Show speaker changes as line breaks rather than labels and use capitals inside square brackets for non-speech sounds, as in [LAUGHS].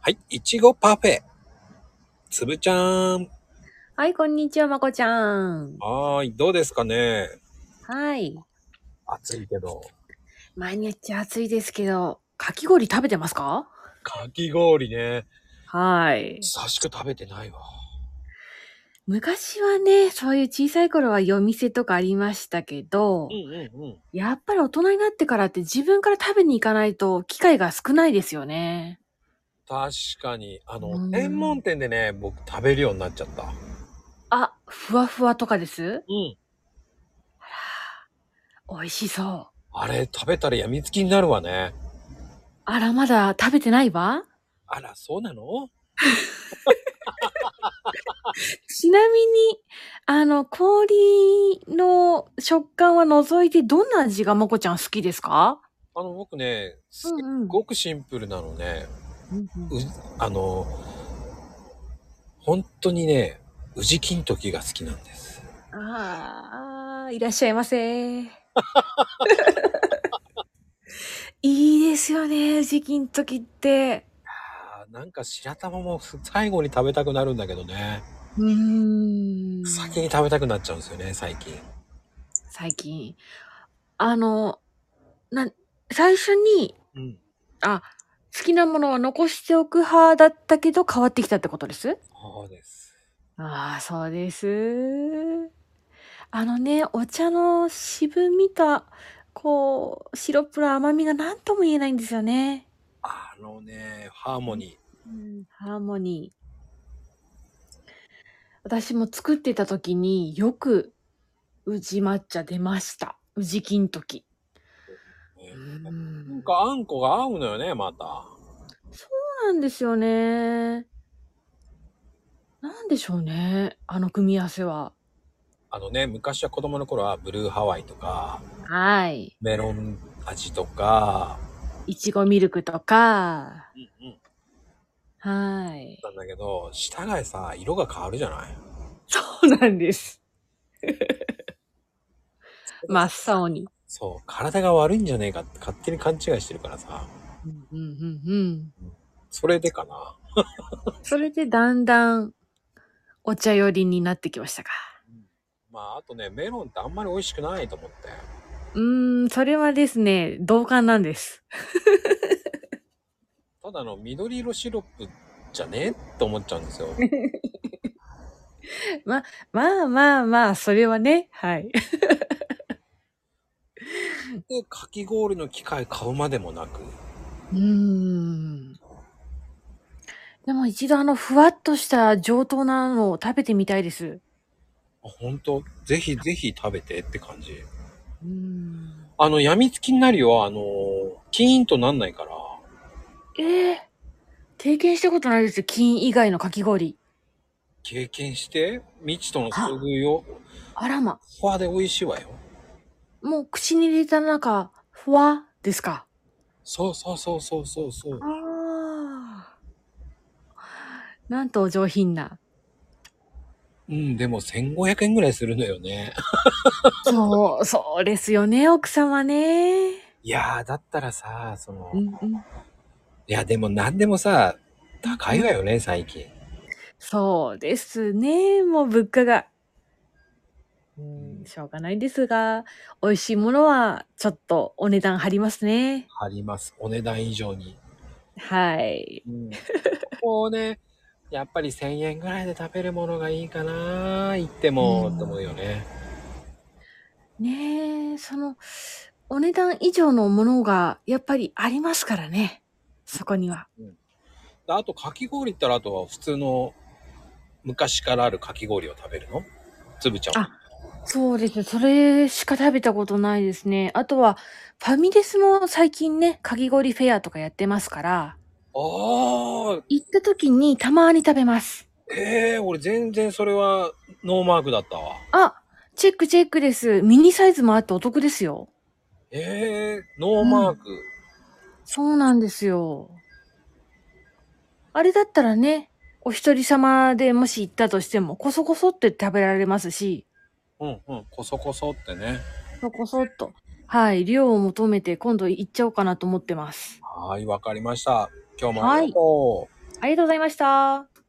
はい、いちごパフェ。つぶちゃーん。
はい、こんにちは、まこちゃん。
はーい、どうですかね
はい。
暑いけど。
毎日暑いですけど、かき氷食べてますか
かき氷ね。
はい。
久しく食べてないわ。
昔はね、そういう小さい頃は夜店とかありましたけ
う
ど
ん、うんうん。
やっぱり大人になってからって自分から食べに行かないと機会が少ないですよね。
確かに、あ
う
の、
ん
専門店でね、僕食べるようになっちゃった。
あ、ふわふわとかです
うん。
美味しそう。
あれ食べたら病みつきになるわね。
あら、まだ食べてないわ
あら、そうなの
ちなみに、あの、氷の食感は除いてどんな味がまこちゃん好きですか
あの、僕ね、すっ
んうん
ごくシンプルなのね。
うんうん
うあの、本当にね、宇治金時が好きなんです。
ああ、いらっしゃいま [LAUGHS] せ。いいですよね、時期の時って。
あーなんか白玉も [LAUGHS] 最後に食べたくなるんだけどね。
うーん。
先に食べたくなっちゃうんですよね、最近。
最近。あの、な、最初に、
うん。
あ、好きなものは残しておく派だったけど変わってきたってことです
そうです。
ああ、そうです。あのね、お茶の渋みと、こう、シロップの甘みが何とも言えないんですよね。
あのね、ハーモニー。
ハーモニー。私も作ってた時によく宇治抹茶出ました。宇治金時。
ねな
なん
かあんこが合うのよね、また。
そうなんですよね。なんでしょうね。あの組み合わせは。
あのね、昔は子供の頃はブルーハワイとか、
はい。
メロン味とか、
いちごミルクとか。
うんうん。
はい。
なんだけど、舌がさ、色が変わるじゃない
そうなん [LAUGHS] です。真っ青に。
そう、体が悪いんじゃねえかって勝手に勘違いしてるからさ。
うんうんうんうん。
それでかな。
それでだんだんお茶寄りになってきましたか。
まあ、あとね、メロンってあんまり美味しくないと思って。
うーん、それはですね、同感なんです。
ただの緑色シロップじゃねえって思っちゃうんですよ。
まあまあまあ、それはね、はい。
で、かき氷の機械買うまでもなく。
うーん。でも一度あの、ふわっとした上等なのを食べてみたいです。
あほんと、ぜひぜひ食べてって感じ。
うーん。
あの、病みつきになるよ。あのー、キーンとなんないから。
ええ経験したことないです。金以外のかき氷。
経験して、未知との遭遇よ。
あらま。
フォアで美味しいわよ。
もう口に入れた中、ふわですか。
そうそうそうそうそうそう。
ああ。なんとお上品な。
うん、でも1500円ぐらいするのよね。
そう、そうですよね、奥様ね。
いやー、だったらさ、その、
う
い
んうん、
や、でも何でもさ、高いわよね、最近。
そうですね、もう物価が。うん、しょうがないですが、美味しいものはちょっとお値段張りますね。
あります。お値段以上に。
はい。
うん。こうね、やっぱり1000円ぐらいで食べるものがいいかなー、行っても、
うん
と思うよね。
ねえ、その、お値段以上のものがやっぱりありますからね。そこには。
であと、かき氷ったら、あとは普通の昔からあるかき氷を食べるのつぶちゃんは。
あそうですね。それしか食べたことないですね。あとは、ファミレスも最近ね、かき氷フェアとかやってますから、
あー、
行った時にたまに食べます。
えー、俺全然それはノーマークだったわ。
あ、チェックチェックです。ミニサイズもあってお得ですよ。
えー、ノーマーク。
そうなんですよ。あれだったらね、お一人様でもし行ったとしても、コソコソって食べられますし、
うんうん、こそこそってね。
コソコソっと。はい、量を求めて今度行っちゃおうかなと思ってます。
はーい、わかりました。今日もありがとう。
ありがとうございました。